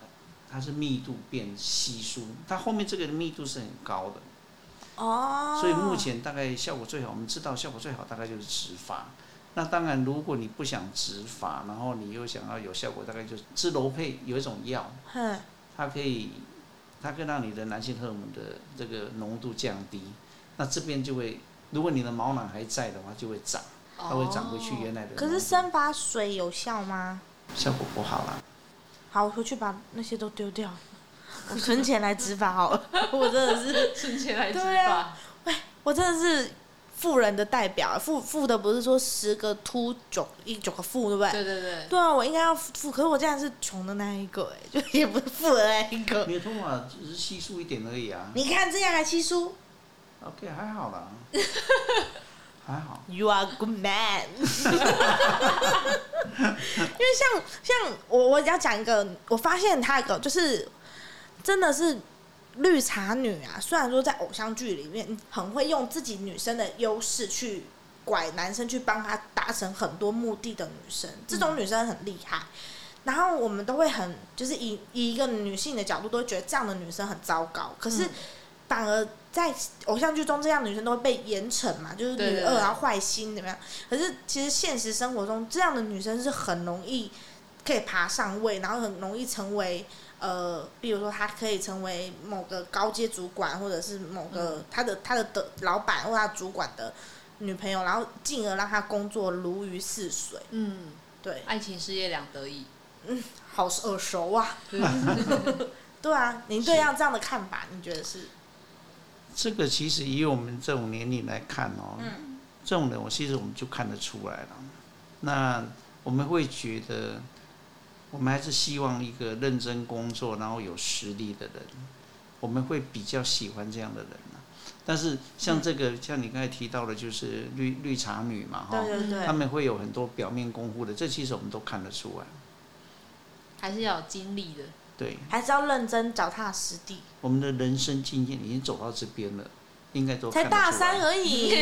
Speaker 3: 它是密度变稀疏，它后面这个的密度是很高的。
Speaker 1: 哦，
Speaker 3: 所以目前大概效果最好，我们知道效果最好大概就是植发。那当然，如果你不想植发，然后你又想要有效果，大概就是治楼佩有一种药，
Speaker 1: 哼，
Speaker 3: 它可以，它可以让你的男性荷尔蒙的这个浓度降低。那这边就会，如果你的毛囊还在的话，就会长，它会长回去原来的浓度。
Speaker 1: 哦可是生发水有效吗？
Speaker 3: 效果不好啦。
Speaker 1: 好，我回去把那些都丢掉， <laughs> 我存钱来植发好了。 <laughs> 我真的是，
Speaker 2: 哦 <laughs> 瞬间来植
Speaker 1: 对
Speaker 2: 发
Speaker 1: 啊，我真的是富人的代表，富富的不是说十个秃九一九个富，对不对？
Speaker 2: 对对对，
Speaker 1: 对啊，我应该要富，可是我竟然是穷的那一个、哎，就也不是富的那一个。
Speaker 3: 你的头发只是稀疏一点而已啊。
Speaker 1: 你看这样还稀疏
Speaker 3: OK，还
Speaker 1: <laughs>
Speaker 3: 好啦，还好。
Speaker 1: ，You are good man。因为 <laughs> 像像我我要讲一个，我发现他一个就是真的是绿茶女啊，虽然说在偶像剧里面很会用自己女生的优势去拐男生去帮她达成很多目的的女生，这种女生很厉害。然后我们都会很就是以以一个女性的角度，都会觉得这样的女生很糟糕。可是
Speaker 2: 嗯
Speaker 1: 反而在偶像剧中，这样的女生都会被严惩嘛，就是
Speaker 2: 对
Speaker 1: 女
Speaker 2: 对
Speaker 1: 二
Speaker 2: 对
Speaker 1: 然后啊坏心怎么样？可是其实现实生活中，这样的女生是很容易可以爬上位，然后很容易成为呃，比如说她可以成为某个高阶主管，或者是某
Speaker 2: 嗯
Speaker 1: 个她的她的的老板或她主管的女朋友，然后进而让她工作如鱼似水。
Speaker 2: 嗯，
Speaker 1: 对，
Speaker 2: 爱情事业两得意，
Speaker 1: 好耳熟啊！ <laughs> 对啊，您对这样这样的看法，你觉得是？
Speaker 3: 这个其实以我们这种年龄来看哦，
Speaker 1: 嗯
Speaker 3: 这种人我其实我们就看得出来了。那我们会觉得，我们还是希望一个认真工作，然后有实力的人，我们会比较喜欢这样的人、啊、但是像这个，像你刚才提到的，就是绿绿茶女嘛，哈
Speaker 1: 嗯对，对对，
Speaker 3: 他们会有很多表面功夫的，这其实我们都看得出来。
Speaker 2: 还是要有经
Speaker 1: <laughs>
Speaker 2: 历的，
Speaker 3: 对，
Speaker 1: 还是要认真脚踏实地，
Speaker 3: 我们的人生经验已经走到这边了，应该都
Speaker 1: 才
Speaker 3: 看得出来
Speaker 1: 大三而
Speaker 3: <laughs>
Speaker 1: 已，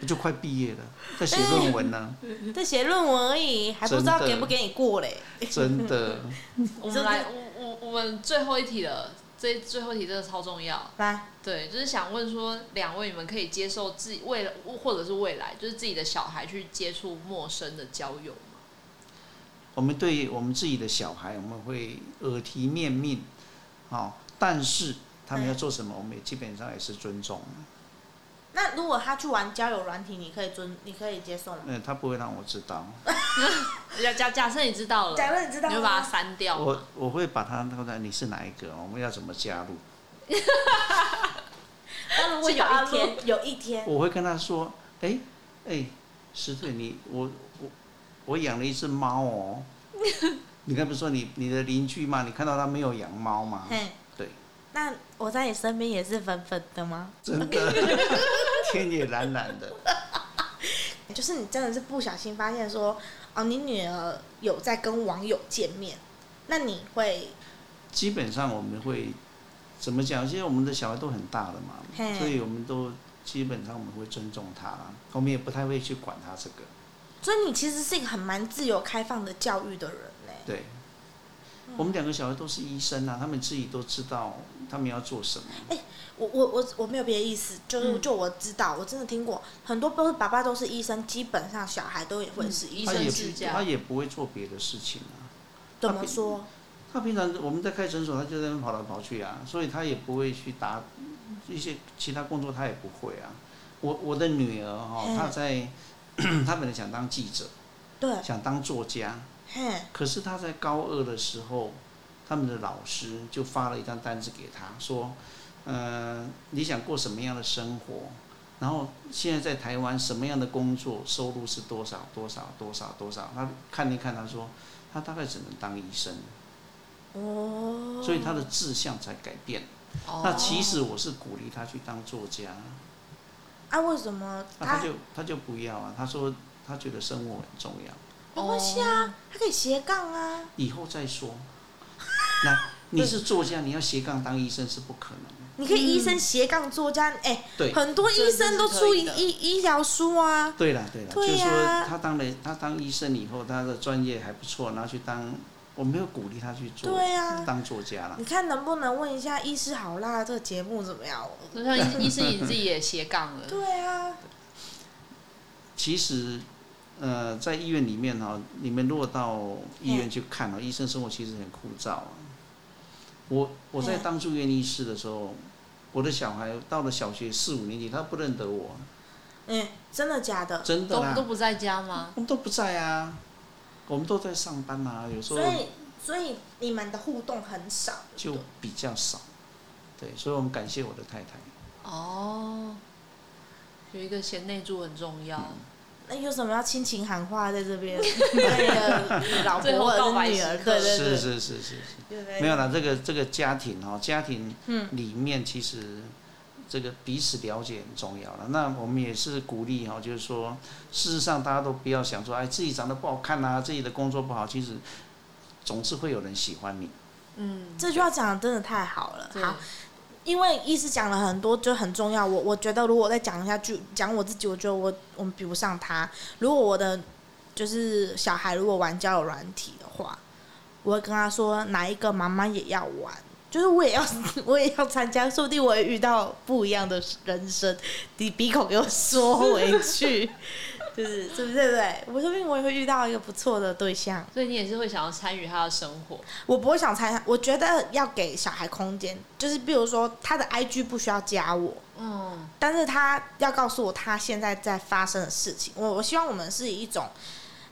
Speaker 3: 我就快毕业了，在写论文呢、
Speaker 1: 在写论文而已，还不知道
Speaker 3: 真的
Speaker 1: 给不给你过嘞。
Speaker 3: 真的。
Speaker 2: 我们来，我我我们最后一题了，这最后一题真的超重要。
Speaker 1: 来，
Speaker 2: 对，就是想问说，两位你们可以接受自己未来或者是未来，就是自己的小孩去接触陌生的交友吗？
Speaker 3: 我们对我们自己的小孩，我们会耳提面命，哦，但是他们要做什么，我们也基本上也是尊重。
Speaker 1: 那如果他去玩交友软体，你可以尊，你可以接受吗？
Speaker 3: 嗯，他不会让我知道，
Speaker 2: 假假假设你知道了，
Speaker 1: 哦假如你知道
Speaker 2: 你
Speaker 1: 吗
Speaker 2: 就把它删掉
Speaker 3: 我
Speaker 2: 嘛？
Speaker 3: 我会把他弄在你是哪一个，我们要怎么加入？
Speaker 1: 那如果 <laughs> 有一天，有一天，
Speaker 3: 我会跟他说，哎、哎、石队，你我我我养了一只猫哦。你刚不是说你你的邻居嘛？你看到他没有养猫吗？
Speaker 1: 嘿，
Speaker 3: 对，
Speaker 1: 那我在你身边也是粉粉的吗？
Speaker 3: 真的， <laughs> 天也蓝蓝的。
Speaker 1: 就是你真的是不小心发现说，哦，你女儿有在跟网友见面，那你会
Speaker 3: 基本上我们会怎么讲？现在我们的小孩都很大了嘛，
Speaker 1: 嘿
Speaker 3: 所以我们都基本上我们会尊重他啦，我们也不太会去管他这个。
Speaker 1: 所以你其实是一个很蛮自由开放的教育的人呢、
Speaker 3: 对，
Speaker 1: 嗯
Speaker 3: 我们两个小孩都是医生啊，他们自己都知道他们要做什么。
Speaker 1: 我我我我没有别的意思，就是
Speaker 2: 嗯
Speaker 1: 就我知道，我真的听过很多都是爸爸都是医生，基本上小孩都也会是医
Speaker 2: 医
Speaker 3: 他
Speaker 1: 生。
Speaker 2: 生
Speaker 3: 也
Speaker 2: 之
Speaker 3: 不
Speaker 2: 家
Speaker 3: 他也不会做别的事情啊。
Speaker 1: 怎么说？
Speaker 3: 他平常我们在开诊所，他就在那边跑来跑去啊，所以他也不会去打一些其他工作，他也不会啊。我我的女儿哈、
Speaker 1: 嗯
Speaker 3: 她在 <clears throat> 她本来想当记者，
Speaker 1: 对，
Speaker 3: 想当作家，
Speaker 1: 嘿，
Speaker 3: 可是他在高二的时候，他们的老师就发了一张单子给他，说呃，你想过什么样的生活？然后现在在台湾什么样的工作，收入是多少多少多少多少？他看了一看，他说他大概只能当医生，
Speaker 1: 哦，
Speaker 3: 所以他的志向才改变。
Speaker 2: 哦
Speaker 3: 那其实我是鼓励他去当作家，
Speaker 1: 啊，为什么
Speaker 3: 那
Speaker 1: 他
Speaker 3: 他就他就不要啊，他说他觉得生活很重要，
Speaker 1: 没关系
Speaker 2: 哦
Speaker 1: 啊，他可以斜杠啊？
Speaker 3: 以后
Speaker 1: <laughs>
Speaker 3: 再说。那你是作家，你要斜杠当医生是不可能的。
Speaker 1: 你可以医生斜杠作家，哎、
Speaker 3: 对，
Speaker 1: 很多医生都出医医医疗书啊。
Speaker 3: 对啦，对啦，
Speaker 1: 对
Speaker 3: 就是
Speaker 1: 呀
Speaker 3: 说他当了他当医生以后，他的专业还不错，然后去当，我没有鼓励他去做，
Speaker 1: 对啊
Speaker 3: 当作家啦。
Speaker 1: 你看能不能问一下《医师好辣》这个节目怎么样？
Speaker 2: 就像医医生你自己也斜杠
Speaker 1: <laughs>
Speaker 2: 了，
Speaker 1: 对啊，
Speaker 3: 其实，呃，在医院里面哈、你们如果到医院去看哦，医生生活其实很枯燥啊。我我在
Speaker 1: 嗯
Speaker 3: 当住院医师的时候，我的小孩到了小学四五年级，他不认得我，
Speaker 1: 嗯、真的假的？
Speaker 3: 真的
Speaker 2: 都都
Speaker 3: 啦，
Speaker 2: 不在家吗？
Speaker 3: 我们都不在啊，我们都在上班啊，有时候
Speaker 1: 所以所以你们的互动很少，对
Speaker 3: 就
Speaker 1: 不对
Speaker 3: 比较少。对，所以我们感谢我的太太。
Speaker 2: 哦，有一个贤内助很重要，
Speaker 1: 那有什么要亲情喊话在这边？对呀，老
Speaker 2: 最后
Speaker 1: 婆
Speaker 2: 告
Speaker 1: 或
Speaker 2: 白
Speaker 1: 者是女
Speaker 2: 时
Speaker 1: 儿，
Speaker 2: 刻
Speaker 1: 对对
Speaker 3: 是
Speaker 1: 对，
Speaker 3: 是是是是，
Speaker 1: 对对
Speaker 3: 没有啦，这个这个家庭哦，家庭
Speaker 1: 嗯
Speaker 3: 里面其实这个彼此了解很重要了。那我们也是鼓励哈，就是说，事实上大家都不要想说，哎，自己长得不好看啊，自己的工作不好，其实总是会有人喜欢你。
Speaker 2: 嗯，
Speaker 1: 这句话讲的真的太好了。
Speaker 2: 对
Speaker 1: 好，因为医师讲了很多，就很重要。我我觉得如果再讲下去，讲我自己，我觉得我我们比不上他。如果我的就是小孩如果玩交友软体的话，我会跟他说哪一个妈妈也要玩，就是我也要 <laughs> 我也要参加，说不定我也遇到不一样的人生。 <laughs> 你鼻孔给我缩回去， <laughs> 就是对不对？对不对，我说不定我也会遇到一个不错的对象。
Speaker 2: 所以你也是会想要参与他的生活，
Speaker 1: 我不会想猜他，我觉得要给小孩空间，就是比如说他的 IG 不需要加我，
Speaker 2: 嗯，
Speaker 1: 但是他要告诉我他现在在发生的事情。我我希望我们是以一种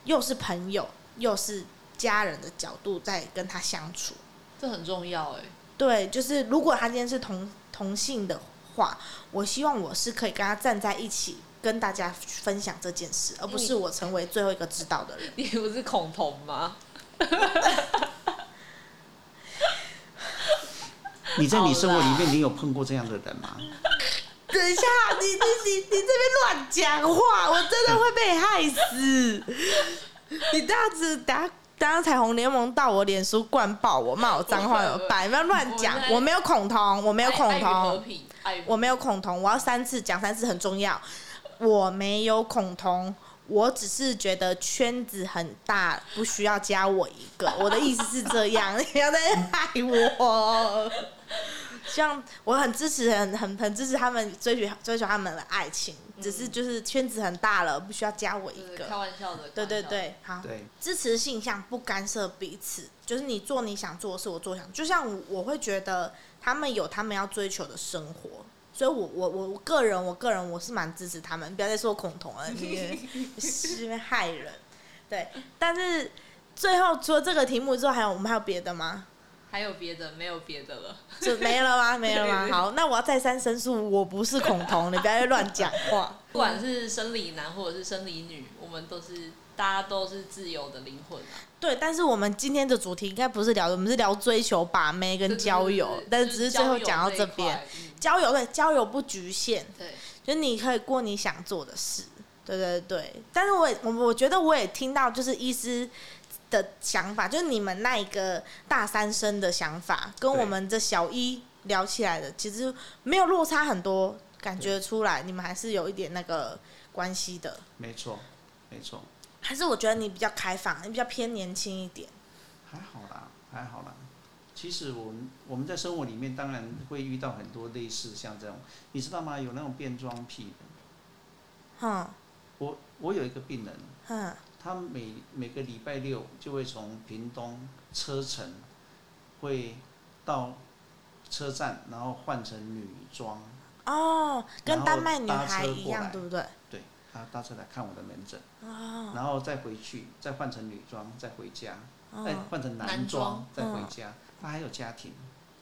Speaker 1: 又是朋友又是家人的角度在跟他相处。
Speaker 2: 这很重要哎，
Speaker 1: 对，就是如果他今天是同同性的话，我希望我是可以跟他站在一起。跟大家分享这件事，而不是我成为最后一个知道的人。
Speaker 2: <laughs> 你不是恐同吗？
Speaker 3: 你在你
Speaker 2: 好啦
Speaker 3: 生活
Speaker 1: 哦啊
Speaker 3: 里面，你有碰过这样的人吗？
Speaker 1: 嗯等一下，你你你你这边乱讲话，我真的会被害死。你这样子，等下等下彩虹联盟到我脸书灌爆我，骂我脏话怎么办？你不要乱讲
Speaker 2: 我们，在
Speaker 1: 我没有恐同，我没有
Speaker 2: 爱
Speaker 1: 呃恐
Speaker 2: 与和
Speaker 1: 同，
Speaker 2: 平，爱与
Speaker 1: 我没有恐同，我要三次讲三次很重要。我没有恐同，我只是觉得圈子很大，不需要加我一个。我的意思是这样，你不要再害我。 <laughs> 像我很支持，很很很支持他们追求追求他们的爱情，只是就是圈子很大了，不需要加我
Speaker 2: 就
Speaker 1: 一
Speaker 2: 是开
Speaker 1: 个。
Speaker 2: 玩笑的，
Speaker 1: 对对
Speaker 2: 开玩笑的，
Speaker 1: 对，好，
Speaker 3: 对，
Speaker 1: 支持性向不干涉彼此，就是你做你想做的事，我做想。就像我我会觉得他们有他们要追求的生活，所以我我我我个人我个人我是蛮支持他们，不要再说我恐同了， <laughs> 你是因为害人。对，但是最后除了这个题目之后，还有我们还有别的吗？
Speaker 2: 还有别的没有别的了，
Speaker 1: 就没了吗？没了吗？好，那我要再三申诉，我不是恐同，你不要再乱讲 <laughs> 话。
Speaker 2: 不管是生理男或者是生理女，我们都是大家都是自由的灵魂啊，
Speaker 1: 对，但是我们今天的主题应该不是聊，我们是聊追求把妹跟交友，但是只是最后讲到这边。，
Speaker 2: 嗯
Speaker 1: 交友对，交友不局限，
Speaker 2: 对就是
Speaker 1: 就是你可以过你想做的事。对对对，但是我也我我觉得我也听到就是医师的想法，就是你们那一个大三生的想法，跟
Speaker 3: 对
Speaker 1: 我们这小一聊起来的，其实没有落差很多，感觉出来你们还是有一点那个关系的。
Speaker 3: 没错，没错，
Speaker 1: 还是我觉得你比较开放，你比较偏年轻一点。
Speaker 3: 还好啦，还好啦。其实我们我们在生活里面当然会遇到很多类似像这种，你知道吗？有那种变装癖的。
Speaker 1: 哼
Speaker 3: 我我有一个病人，
Speaker 1: 哼，
Speaker 3: 他每每个礼拜六就会从屏东车程会到车站，然后换成女装，
Speaker 1: 哦，
Speaker 3: 然
Speaker 1: 跟
Speaker 3: 后
Speaker 1: 丹麦女
Speaker 3: 搭
Speaker 1: 孩
Speaker 3: 车
Speaker 1: 一
Speaker 3: 过
Speaker 1: 样，
Speaker 3: 来
Speaker 1: 对不对？
Speaker 3: 对，他搭车来看我的门诊，
Speaker 1: 哦
Speaker 3: 然后再回去，再换成女装，再回家，再哎
Speaker 1: 哦，
Speaker 3: 换成
Speaker 2: 男
Speaker 3: 男
Speaker 2: 装
Speaker 3: 装，再回
Speaker 1: 嗯
Speaker 3: 家。他还有家庭，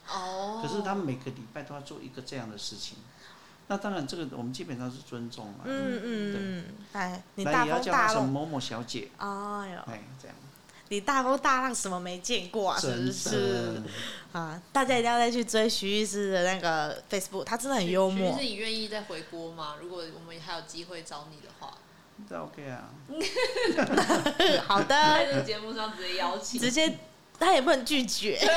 Speaker 2: 哦，
Speaker 3: 可是他每个礼拜都要做一个这样的事情。那当然，这个我们基本上是尊重了。
Speaker 1: 嗯嗯嗯，哎，你
Speaker 3: 那
Speaker 1: 大
Speaker 3: 也要
Speaker 1: 风
Speaker 3: 叫她
Speaker 1: 大
Speaker 3: 什么
Speaker 1: 浪，
Speaker 3: 某某小姐，
Speaker 1: 哎呦，
Speaker 3: 哎，这样。
Speaker 1: 你大风大浪什么没见过啊？是
Speaker 3: 真
Speaker 1: 不
Speaker 3: 的
Speaker 1: 是？啊，大家一定要再去追徐医师的那个 Facebook，他真的很幽默
Speaker 2: 徐徐医师，你愿意再回国吗？如果我们还有机会找你的话，
Speaker 3: 那 OK 啊，
Speaker 1: <laughs> 好
Speaker 2: 在
Speaker 1: 的，
Speaker 2: 这个节目上直接邀请。
Speaker 1: 直接他也不能拒绝。 <laughs>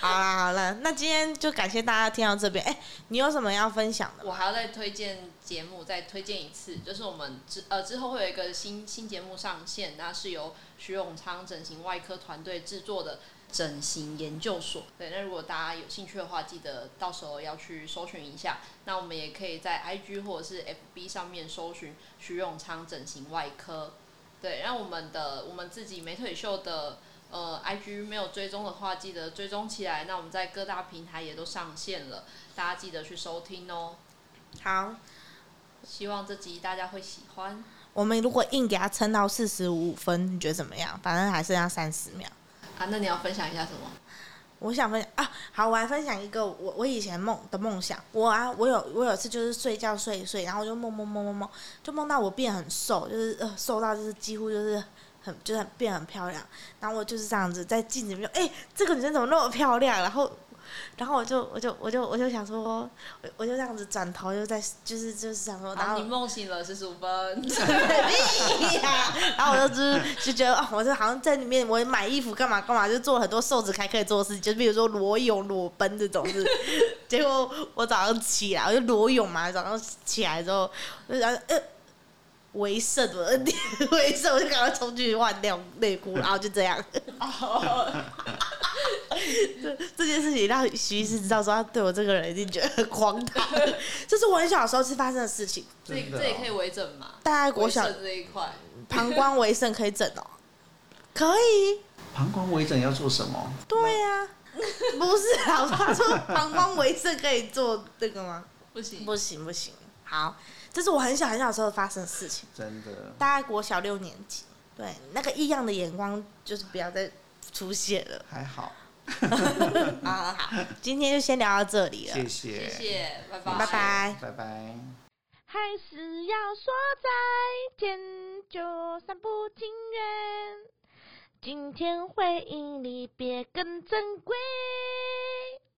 Speaker 1: 好啦好啦，那今天就感谢大家听到这边。哎、你有什么要分享的吗？
Speaker 2: 我还要再推荐节目，再推荐一次，就是我们之呃之后会有一个新新节目上线，那是由徐永昌整形外科团队制作的整形研究所。对，那如果大家有兴趣的话，记得到时候要去搜寻一下。那我们也可以在 IG 或者是 FB 上面搜寻徐永昌整形外科。对，让我们的我们自己美腿秀的呃 IG 没有追踪的话，记得追踪起来。那我们在各大平台也都上线了，大家记得去收听哦。
Speaker 1: 好，
Speaker 2: 希望这集大家会喜欢。
Speaker 1: 我们如果硬给他撑到四十五分，你觉得怎么样？反正还剩下三十秒。
Speaker 2: 啊，那你要分享一下什么？
Speaker 1: 我想分享啊，好，我来分享一个我我以前梦的梦想。我啊，我有我有一次就是睡觉睡一睡，然后我就梦梦梦梦梦，就梦到我变很瘦，就是呃瘦到就是几乎就是很就是很变很漂亮。然后我就是这样子在镜子里面就，哎、这个女生怎么那么漂亮？然后然后我就我就我就我就想说，我我就这样子转头就在就是就是想说，然
Speaker 2: 啊，
Speaker 1: 后
Speaker 2: 你梦醒了四十五分，
Speaker 1: 屁呀！然后我就就是就觉得哦，我就好像在里面，我买衣服干嘛干嘛，就做了很多瘦子才可以做的事情，就比如说裸泳、裸奔这种事。 <laughs> 结果我早上起来，我就裸泳嘛，早上起来之后，我就想呃。维胜，我的天，维胜，我就赶快冲进去换掉内裤，然后就这样。 <laughs>
Speaker 2: 哦
Speaker 1: 这这件事情让徐医师知道，说他对我这个人一定觉得很荒唐。 <laughs> 这是我很小的时候是发生的事情，
Speaker 2: 这
Speaker 3: 真的哦
Speaker 2: 这也可以为整嘛？
Speaker 1: 大概国小
Speaker 2: 微整这一块，
Speaker 1: 膀胱微盛可以整哦，可以，
Speaker 3: 膀胱微整要做什么？
Speaker 1: 对啊呀、 <laughs> 不是啊，我怕说膀胱微盛可以做这个吗？
Speaker 2: 不行，
Speaker 1: 不行不行，好，这是我很小很小的时候发生的事情，
Speaker 3: 真的，
Speaker 1: 大概国小六年级，对，那个异样的眼光就是不要再出现 <laughs> 了。
Speaker 3: 还好，
Speaker 1: 好好好，今天就先聊到这里了，
Speaker 3: 谢
Speaker 2: 谢
Speaker 3: 谢，
Speaker 2: 谢，拜拜，
Speaker 1: 拜拜。
Speaker 3: 拜拜。
Speaker 4: 还是要说再见，就算不情愿。今天回忆离别更珍贵。